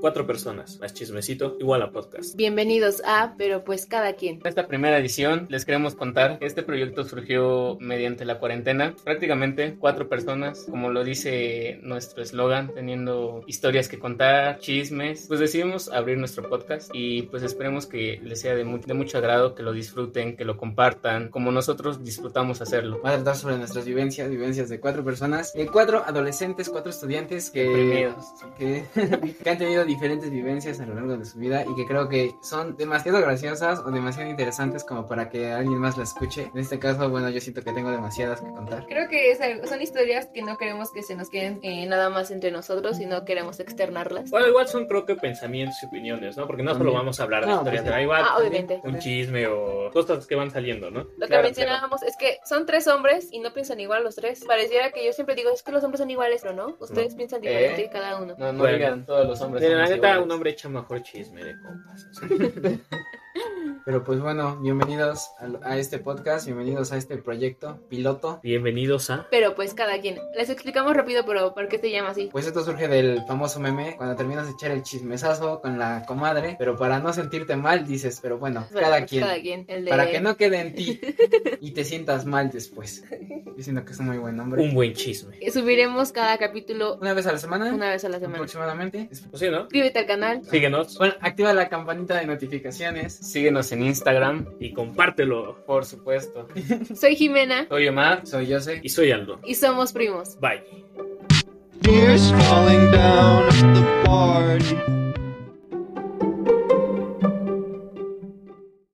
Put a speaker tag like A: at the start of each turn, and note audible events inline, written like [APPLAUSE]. A: cuatro personas, más chismecito, igual a podcast.
B: Bienvenidos a Pero pues cada quien.
C: Esta primera edición les queremos contar que este proyecto surgió mediante la cuarentena. Prácticamente cuatro personas, como lo dice nuestro eslogan, teniendo historias que contar, chismes, pues decidimos abrir nuestro podcast y pues esperemos que les sea de, mu de mucho agrado, que lo disfruten, que lo compartan, como nosotros disfrutamos hacerlo.
D: Va a tratar sobre nuestras vivencias, vivencias de cuatro personas, de cuatro adolescentes, cuatro estudiantes que,
C: Deprimidos.
D: que, [LAUGHS] que han tenido diferentes vivencias a lo largo de su vida y que creo que son demasiado graciosas o demasiado interesantes como para que alguien más las escuche. En este caso, bueno, yo siento que tengo demasiadas que contar.
B: Creo que es algo- son historias que no queremos que se nos queden eh, nada más entre nosotros y no queremos externarlas.
A: Bueno, igual son creo que pensamientos y opiniones, ¿no? Porque no solo
D: También.
A: vamos a hablar de
D: No,
A: historias
D: pues,
A: de igual
B: Ah, obviamente.
A: un chisme o cosas que van saliendo, ¿no?
B: Lo que
C: Claro,
B: mencionábamos es que son tres hombres y no piensan igual los tres. Pareciera que yo siempre digo, es que los hombres son iguales, pero no, ustedes piensan diferente
C: Eh.
B: cada uno.
C: No, no
A: Bueno.
C: digan todos los
D: Pues
C: hombres.
A: Mira, la
C: somos
A: neta,
C: iguales.
A: un hombre echa mejor chisme de compas. o sea. [LAUGHS]
D: Pero pues bueno, bienvenidos a, a este podcast, bienvenidos a este proyecto piloto.
A: Bienvenidos a...
B: Pero pues cada quien. Les explicamos rápido, pero ¿por qué se llama así?
D: Pues esto surge del famoso meme, cuando terminas de echar el chismesazo con la comadre, pero para no sentirte mal dices, pero bueno,
B: Bueno,
D: cada
B: pues,
D: quien.
B: Cada quien. El de...
D: Para que no quede
B: [LAUGHS]
D: en ti y te sientas mal después. Diciendo que es un muy buen nombre.
A: Un buen chisme.
B: Eh, Subiremos cada capítulo
D: Una vez a la semana,
B: una vez a la semana.
D: aproximadamente.
A: Pues sí,
D: Ah.
A: ¿no?
B: Suscríbete al canal.
A: Síguenos
D: Bueno, activa la campanita de notificaciones.
C: Síguenos en Instagram,
A: y compártelo.
C: por supuesto.
B: Soy Jimena
C: Soy Omar.
D: Soy Jose.
A: Y soy Aldo.
B: y somos primos.
A: Bye.
E: Tears falling down the barn.